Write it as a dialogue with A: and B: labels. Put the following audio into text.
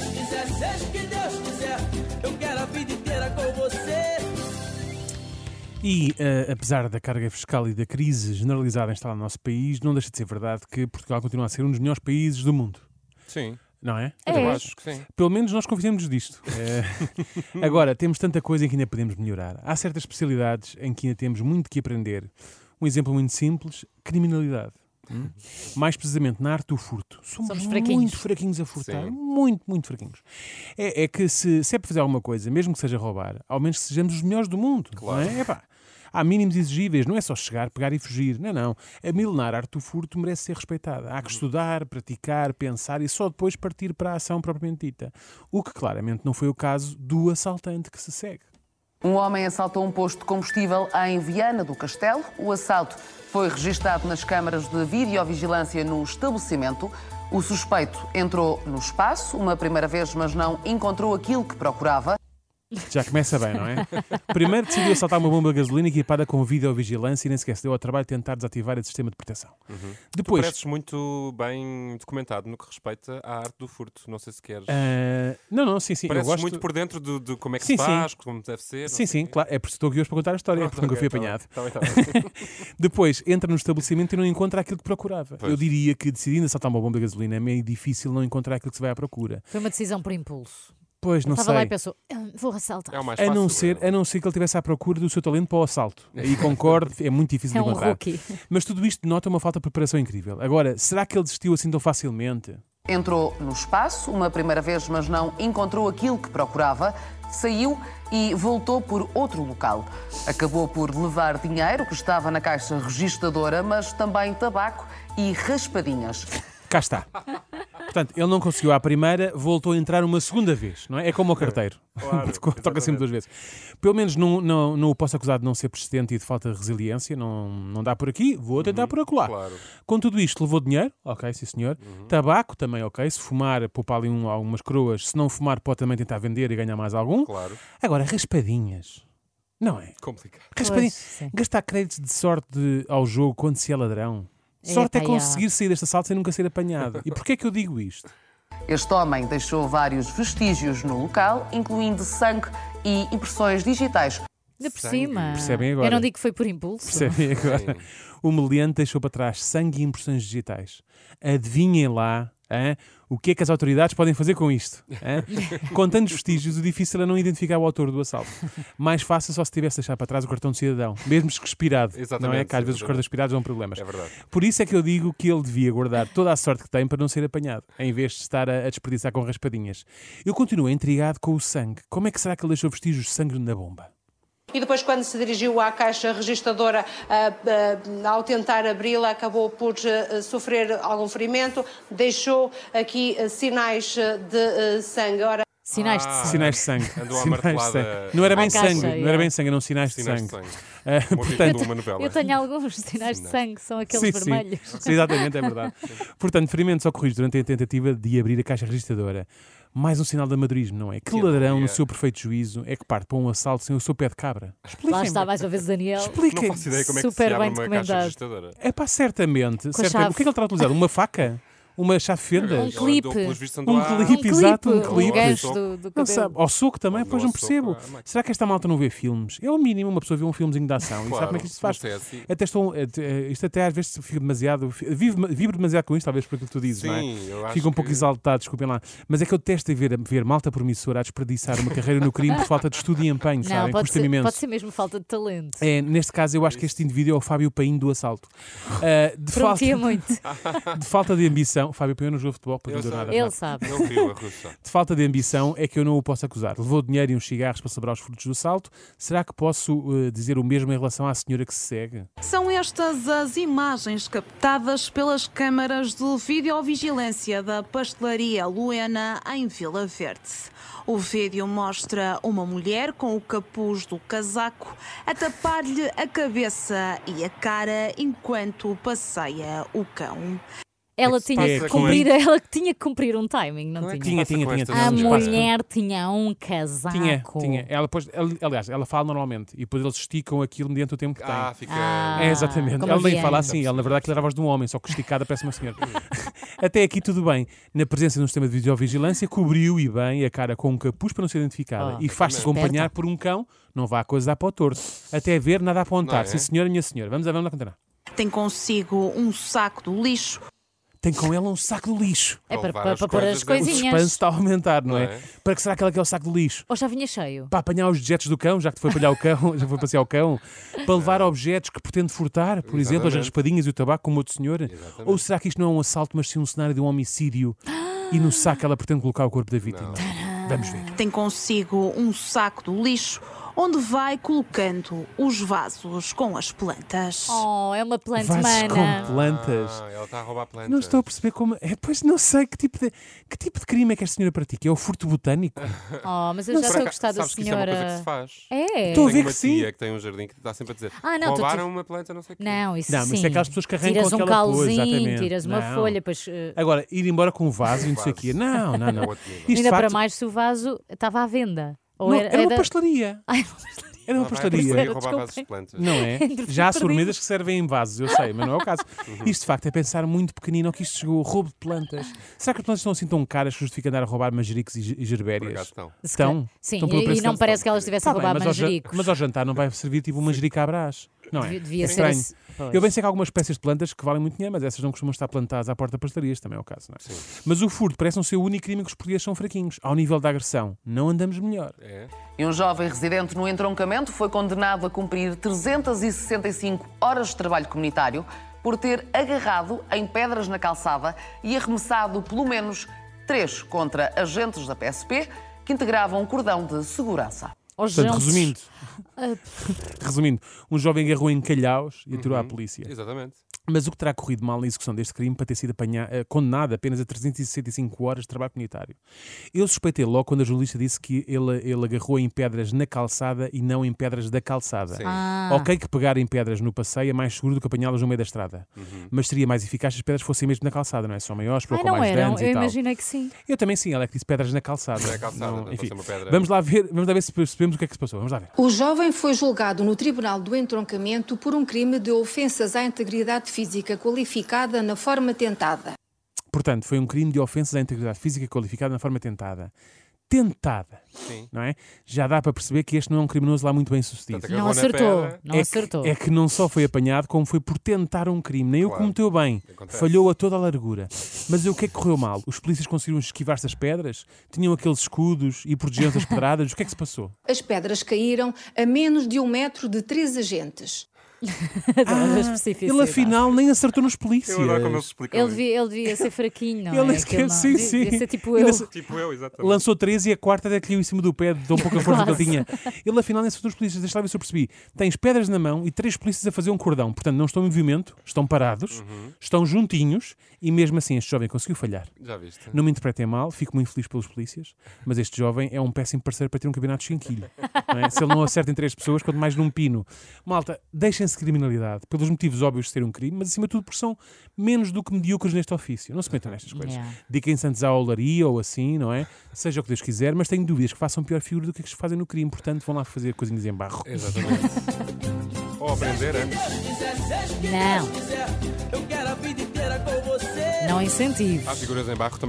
A: Seja o que Deus quiser, eu quero a vida inteira com você.
B: E eh, apesar da carga fiscal e da crise generalizada instalada no nosso país, não deixa de ser verdade que Portugal continua a ser um dos melhores países do mundo,
C: Sim,
B: não é?
D: É.
C: eu acho que sim.
B: Pelo menos nós convencemos disto. Eh, agora, temos tanta coisa em que ainda podemos melhorar. Há certas especialidades em que ainda temos muito que aprender. Um exemplo muito simples: criminalidade. Mais precisamente na arte do furto. Somos,
D: Somos fraquinhos.
B: muito fraquinhos a furtar.
C: Sim.
B: Muito, muito fraquinhos. É, é que se, se é para fazer alguma coisa, mesmo que seja roubar, ao menos que sejamos os melhores do mundo.
C: Claro.
B: Não é? Epá, há mínimos exigíveis, não é só chegar, pegar e fugir. Não, é não. A milenar arte do furto merece ser respeitada.
C: Uhum.
B: Há que estudar, praticar, pensar e só depois partir para a ação propriamente dita. O que claramente não foi o caso do assaltante que se segue.
E: Um homem assaltou um posto de combustível em Viana do Castelo. O assalto foi registado nas câmaras de videovigilância no estabelecimento. O suspeito entrou no espaço uma primeira vez, mas não encontrou aquilo que procurava.
B: Já começa bem, não é? Primeiro decidiu assaltar uma bomba de gasolina equipada com videovigilância e nem sequer se deu ao trabalho de tentar desativar esse sistema de proteção. Depois.
C: Uhum. Pareces muito bem documentado no que respeita à arte do furto. Não sei se queres.
B: ah, não, não, sim, sim.
C: Pareces
B: eu gosto...
C: muito por dentro de, de como é que
B: Sim,
C: se
B: sim.
C: faz, como deve ser. não
B: Sim,
C: sei
B: sim,
C: o quê.
B: claro. É porque estou aqui hoje para contar a história, é
C: Pronto,
B: porque nunca fui
C: ok, tá bem,
B: apanhado.
C: tá bem, tá bem.
B: Depois entra no estabelecimento e não encontra aquilo que procurava.
C: Pois.
B: Eu diria que decidindo assaltar uma bomba de gasolina é meio difícil não encontrar aquilo que se vai à procura.
D: Foi uma decisão por impulso.
B: Pois, não
D: Estava lá e
B: sei.
D: pensou, "Ah, vou assaltar.
C: É o mais
B: A
C: fácil.
B: não, ser, a não ser que ele estivesse à procura do seu talento para o assalto. Aí concordo, é muito difícil
D: É
B: de
D: um
B: encontrar.
D: rookie.
B: Mas tudo isto denota uma falta de preparação incrível. Agora, será que ele desistiu assim tão facilmente?
E: Entrou no espaço uma primeira vez, mas não encontrou aquilo que procurava, saiu e voltou por outro local. Acabou por levar dinheiro que estava na caixa registadora, mas também tabaco e raspadinhas.
B: Cá está. Portanto, ele não conseguiu à primeira, voltou a entrar uma segunda vez, não é? É como o carteiro.
C: Claro,
B: Toca sempre duas vezes. Pelo menos não, não, não o posso acusar de não ser persistente e de falta de resiliência. Não, não dá por aqui, vou tentar por acolá.
C: Uhum, claro. Uhum.
B: Com tudo isto, levou dinheiro, ok, sim senhor. Tabaco também, ok. Se fumar, poupar ali um, algumas croas. Se não fumar, pode também tentar vender e ganhar mais algum.
C: Claro.
B: Agora, raspadinhas. Não é?
C: Complicado.
B: Raspadinha.
D: Pois, sim.
B: Gastar créditos de sorte de- ao jogo quando se é ladrão. Sorte é
D: Epá, já.
B: conseguir sair deste assalto sem nunca ser apanhado. E porquê é que eu digo isto?
E: Este homem deixou vários vestígios no local, incluindo sangue e impressões digitais.
D: Ainda por
C: Sangue.
D: cima.
B: Percebem agora.
D: Eu não digo que foi por impulso.
B: Percebem agora? O meliante deixou para trás sangue e impressões digitais. Adivinhem lá hã, o que é que as autoridades podem fazer com isto. hã? com tantos vestígios, o difícil é não identificar o autor do assalto. Mais fácil só se tivesse deixado para trás o cartão de cidadão, mesmo que expirado. não é?
C: Exatamente,
B: Que às vezes os
C: exatamente.
B: cartões expirados dão problemas.
C: É verdade.
B: Por isso é que eu digo que ele devia guardar toda a sorte que tem para não ser apanhado, em vez de estar a, a desperdiçar com raspadinhas. Eu continuo intrigado com o sangue. Como é que será que ele deixou vestígios de sangue na bomba?
F: E depois, quando se dirigiu à caixa registadora, ah, ah, ao tentar abri-la, acabou por ah, ah, sofrer algum ferimento, deixou aqui ah, sinais ah, de ah, sangue. Ora,
D: Sinais de
C: Ah,
D: sangue.
B: Sinais de sangue.
C: Andou à
B: Sinais de
C: martelada
B: sangue. Não era bem
D: à caixa,
B: sangue, não era
D: yeah.
B: bem sangue, eram sinais,
C: Sinais
B: de
C: de
B: sangue.
C: sangue.
B: Ah,
C: Mordido
B: portanto,
C: de uma novela.
D: Eu tenho alguns sinais de sangue, são aqueles
B: sim, sim.
D: vermelhos.
B: Sim, exatamente, é verdade. Portanto, ferimentos ocorridos durante a tentativa de abrir a caixa registradora. Mais um sinal de amadorismo, não é? Que ladrão, no
C: alegria.
B: seu perfeito juízo, é que parte para um assalto sem o seu pé de cabra?
D: Lá está mais uma vez o Daniel.
C: Não
B: Expliquem.
C: faço ideia como é que se
D: Super
C: abre
D: bem
C: uma caixa
D: documentado.
C: registradora.
B: É pá, certamente.
D: Com a
B: certamente. O que é que
D: chave.
B: ele terá utilizado? Uma faca? Uma chave fenda?
D: Um
C: Ela
D: clipe.
C: andou, pelos vistos, andou
B: Um
C: à-
B: clipe, exato, um
D: clipe,
B: clipe.
D: gancho do, do
B: Não
D: cabelo.
B: sabe. Ao soco também,
C: Mandou
B: pois
C: ao
B: não
C: soco
B: percebo.
C: à máquina.
B: Será que esta malta não vê filmes? É o mínimo uma pessoa vê um filmezinho de ação e sabe
C: Claro,
B: como é que isto se faz.
C: mas é assim.
B: Até estou, eh, te- eh, isto até às vezes fica demasiado. Vivo, vibro demasiado com isto, talvez por aquilo que tu dizes, não é?
C: Sim, eu acho
B: Fico um pouco
C: que-
B: exaltado, desculpem lá. Mas é que eu detesto ver, ver malta promissora a desperdiçar uma carreira no crime por falta de estudo e empenho,
D: Não,
B: sabem?
D: pode
B: Custa-me
D: ser,
B: imenso.
D: pode ser mesmo falta de talento.
B: É, neste caso, eu acho que este indivíduo é o Fábio Paim do assalto. Ah, de, falta,
D: Prometia muito.
B: de falta de ambição, Fábio Paim não jogou futebol, pois
C: Eu
B: não deu
C: sei.
B: nada.
D: Ele sabe.
C: Não viu a russa.
B: De falta de ambição é que eu não o posso acusar. Levou dinheiro e uns cigarros para celebrar os frutos do salto. Será que posso eh, dizer o mesmo em relação à senhora que se segue?
G: São estas as imagens captadas pelas câmaras de videovigilância da pastelaria Luena em Vila Verde. O vídeo mostra uma mulher com o capuz do casaco a tapar-lhe a cabeça e a cara enquanto passeia o cão.
B: É
D: Ela
C: se
D: tinha que
C: passa com
D: cumprir, ela tinha que cumprir um timing, não
C: Como é que
D: tinha?
B: Tinha,
C: se passa
B: tinha,
C: com
B: tinha,
C: estas
B: tinha. um
D: A
C: coisas?
D: mulher tinha um casaco.
B: Tinha, tinha. Ela, depois, ela- aliás, ela fala normalmente e depois eles esticam aquilo mediante o tempo que
C: Ah,
B: tem.
C: fica.
D: Ah.
B: É, exatamente.
D: como
B: Ela nem
D: havia
B: fala
D: antes.
B: assim. Ela, na verdade, aquilo era a voz de um homem, só que esticada parece uma senhora. Até aqui tudo bem. Na presença de um sistema de videovigilância, cobriu e bem a cara com um capuz para não ser identificada.
D: Ah,
B: e faz-se
D: também.
B: acompanhar por um cão. Não vá a coisa dar para o torto. Até ver, nada a apontar.
C: Não é?
B: Sim, senhora, minha senhora. Vamos lá, vamos lá, Cantana.
G: Tem consigo um saco do lixo
B: Tem com ela um saco de lixo.
D: É para,
C: levar
D: para-
C: as
D: para pôr
C: coisas
D: as
C: dentro.
B: O suspense
D: coisinhas.
B: está a aumentar, não,
C: Não
B: é?
C: é?
B: Para que será que ela quer o saco de lixo?
D: Ou já vinha cheio.
B: para apanhar os objetos do cão, já que te foi apanhar o cão, já foi passear o cão, para levar objetos que pretende furtar, por exemplo, as
C: É. Exatamente.
B: raspadinhas e o tabaco, como outro senhor? Ou será que isto não é um assalto, mas sim um cenário de um homicídio e no saco ela pretende colocar o corpo da vítima? Vamos ver.
G: tem consigo um saco do lixo onde vai colocando os vasos com as plantas.
D: Oh, é uma planta
B: Vasos com
D: humana.
B: plantas.
C: Ah, ela está a roubar plantas.
B: Não estou a perceber como. É, pois não sei que tipo, de, que tipo de crime é que esta senhora pratica. É o furto botânico?
D: Oh, mas eu já
C: Por
D: estou a
C: acaso,
D: gostar da
C: sabes que isso é uma coisa que
D: senhora.
C: se faz.
D: É.
B: Estou a
C: Tenho
B: ver
C: uma
B: que sim.
C: tia que tem um jardim que está sempre a dizer
D: Ah, não, tu-
C: roubaram
D: tu-
C: uma planta, não sei o quê.
D: Não, isso
B: Não, mas
D: sim.
B: isso é aquelas pessoas que arrancam
D: Tiras um
B: aquela coisa,
D: calzinho,
B: exatamente.
D: tiras uma
B: Não.
D: folha, pois. eh,
B: Agora, ir embora com um vaso e não sei o quê.
C: Vaso.
B: Não, não, não.
C: É outro nível.
B: Isto, de
D: ainda para
B: facto,
D: mais se o vaso estava à venda. Ou
B: não,
D: era,
B: era uma
D: era-
B: pastelaria.
D: Ai, uma pastelaria.
B: Era uma
C: Ela Ah, vai à
B: pastelaria.
C: pastelaria roubar vasos de
D: Desculpem.
C: plantas.
B: Não é?
D: Entretanto,
B: Já há
D: perdido.
B: sobremesas que servem em vasos, eu sei, mas não é o caso.
C: Uhum.
B: Isto de facto é pensar muito pequenino ao que isto chegou, roubo de plantas. Será que as plantas estão assim tão caras que justifica andar a roubar manjericos e ge- e
C: Por acaso
B: gerbérias?
C: estão.
D: Se calhar-
B: Estão?
D: Sim,
B: Estão pelo
D: e,
B: um preço
D: e não
B: que
D: parece que ela estivesse
B: Tá
D: a
B: bem,
D: roubar
B: mas, ao jan-
D: manjericos.
B: mas ao jantar não vai servir tipo um manjerico à brás, não é?
D: Devia- devia ser
B: Estranho.
D: assim. Pois.
B: Eu bem sei que há algumas espécies de plantas que valem muito dinheiro, mas essas não costumam estar plantadas à porta de pastarias, também é o caso, não é? Mas o furto parece não ser o único crime que os portugueses são fraquinhos. Ao nível da agressão, não andamos melhor.
C: É.
E: E um jovem residente no entroncamento foi condenado a cumprir 365 horas de trabalho comunitário por ter agarrado em pedras na calçada e arremessado pelo menos três contra agentes da PSP que integravam um cordão de segurança.
D: Aos
B: Portanto,
D: jantes.
B: resumindo. um resumindo, um jovem agarrou em calhaus e atirou à
C: Uhum.
B: polícia.
C: Exatamente.
B: Mas o que terá corrido mal na execução deste crime para ter sido apanha- eh, condenado apenas a 365 horas de trabalho comunitário? Eu suspeitei logo quando a jornalista disse que ele, ele agarrou em pedras na calçada e não em pedras da calçada.
C: Sim.
D: Ah.
B: Ok que pegar em pedras no passeio é mais seguro do que apanhá-las no meio da estrada.
C: Uhum.
B: Mas seria mais eficaz se as pedras fossem mesmo na calçada, não é? São maiores,
D: Ai,
B: provocam
D: Ah, não
B: mais
D: eram.
B: danos
D: Eu
B: e tal.
D: imaginei que sim.
B: Eu também sim, ela é que disse pedras na calçada.
C: Na calçada, não pode
B: enfim.
C: ser uma pedra.
B: Vamos lá ver, vamos lá ver se percebemos o que é que se passou. Vamos lá ver.
H: O jovem foi julgado no Tribunal do Entroncamento por um crime de ofensas à integridade física qualificada na forma tentada.
B: Portanto, foi um crime de ofensas à integridade física qualificada na forma tentada. Tentada,
C: Sim.
B: não é? Já dá para perceber que este não é um criminoso lá muito bem sucedido.
C: Portanto,
D: Não
C: agarrou na
D: acertou.
C: pedra.
D: Não
B: é,
D: acertou.
B: Que, é que não só foi apanhado, como foi por tentar um crime. Nem o
C: Claro.
B: cometeu bem.
C: Acontece.
B: Falhou a toda a largura. Mas o que é que correu mal? Os polícias conseguiram esquivar-se das pedras? Tinham aqueles escudos e protegiam-se das pedradas? O que é que se passou?
H: As pedras caíram a menos de um metro de três agentes.
D: Adoro a
B: Ele
D: especificidade.
B: afinal nem acertou nos polícias.
C: Eu adoro como eles explicam.
D: Ele
C: isso.
D: devia, ele devia ser fraquinho, não
B: Ele
D: é?
B: esque-
D: Aquilo não-
B: sim,
D: devia-
B: sim.
D: devia ser tipo
B: Ele é
D: eu.
B: se-
C: Tipo eu, exatamente.
B: Lançou 13 e a quarta até caiu em cima do pé, de tão pouca força que ele tinha. Ele afinal nem acertou os polícias, deixa lá ver se eu percebi. Tens pedras na mão e três polícias a fazer um cordão. Portanto, não estão em movimento, estão parados, estão juntinhos e mesmo assim este jovem conseguiu falhar.
C: Já viste?
B: Não me interpretem mal, fico muito feliz pelos polícias, mas este jovem é um péssimo parceiro para ter um campeonato de chinquilho. não é? Se ele não acerta em três pessoas, quanto mais num pino. Malta, deixem-se criminalidade, pelos motivos óbvios de ser um crime, mas acima de tudo porque são menos do que medíocres neste ofício. Não se metam nestas coisas.
D: Yeah.
B: Dediquem-se antes à olaria ou assim, não é? Seja o que Deus quiser, mas tenho dúvidas que façam pior figura do que as que fazem no crime, portanto vão lá fazer coisinhas em barro.
C: Exatamente. Ou aprender é? antes.
D: Não,
A: Eu quero a vida inteira com você.
D: não incentivos.
C: Há figuras em barro também.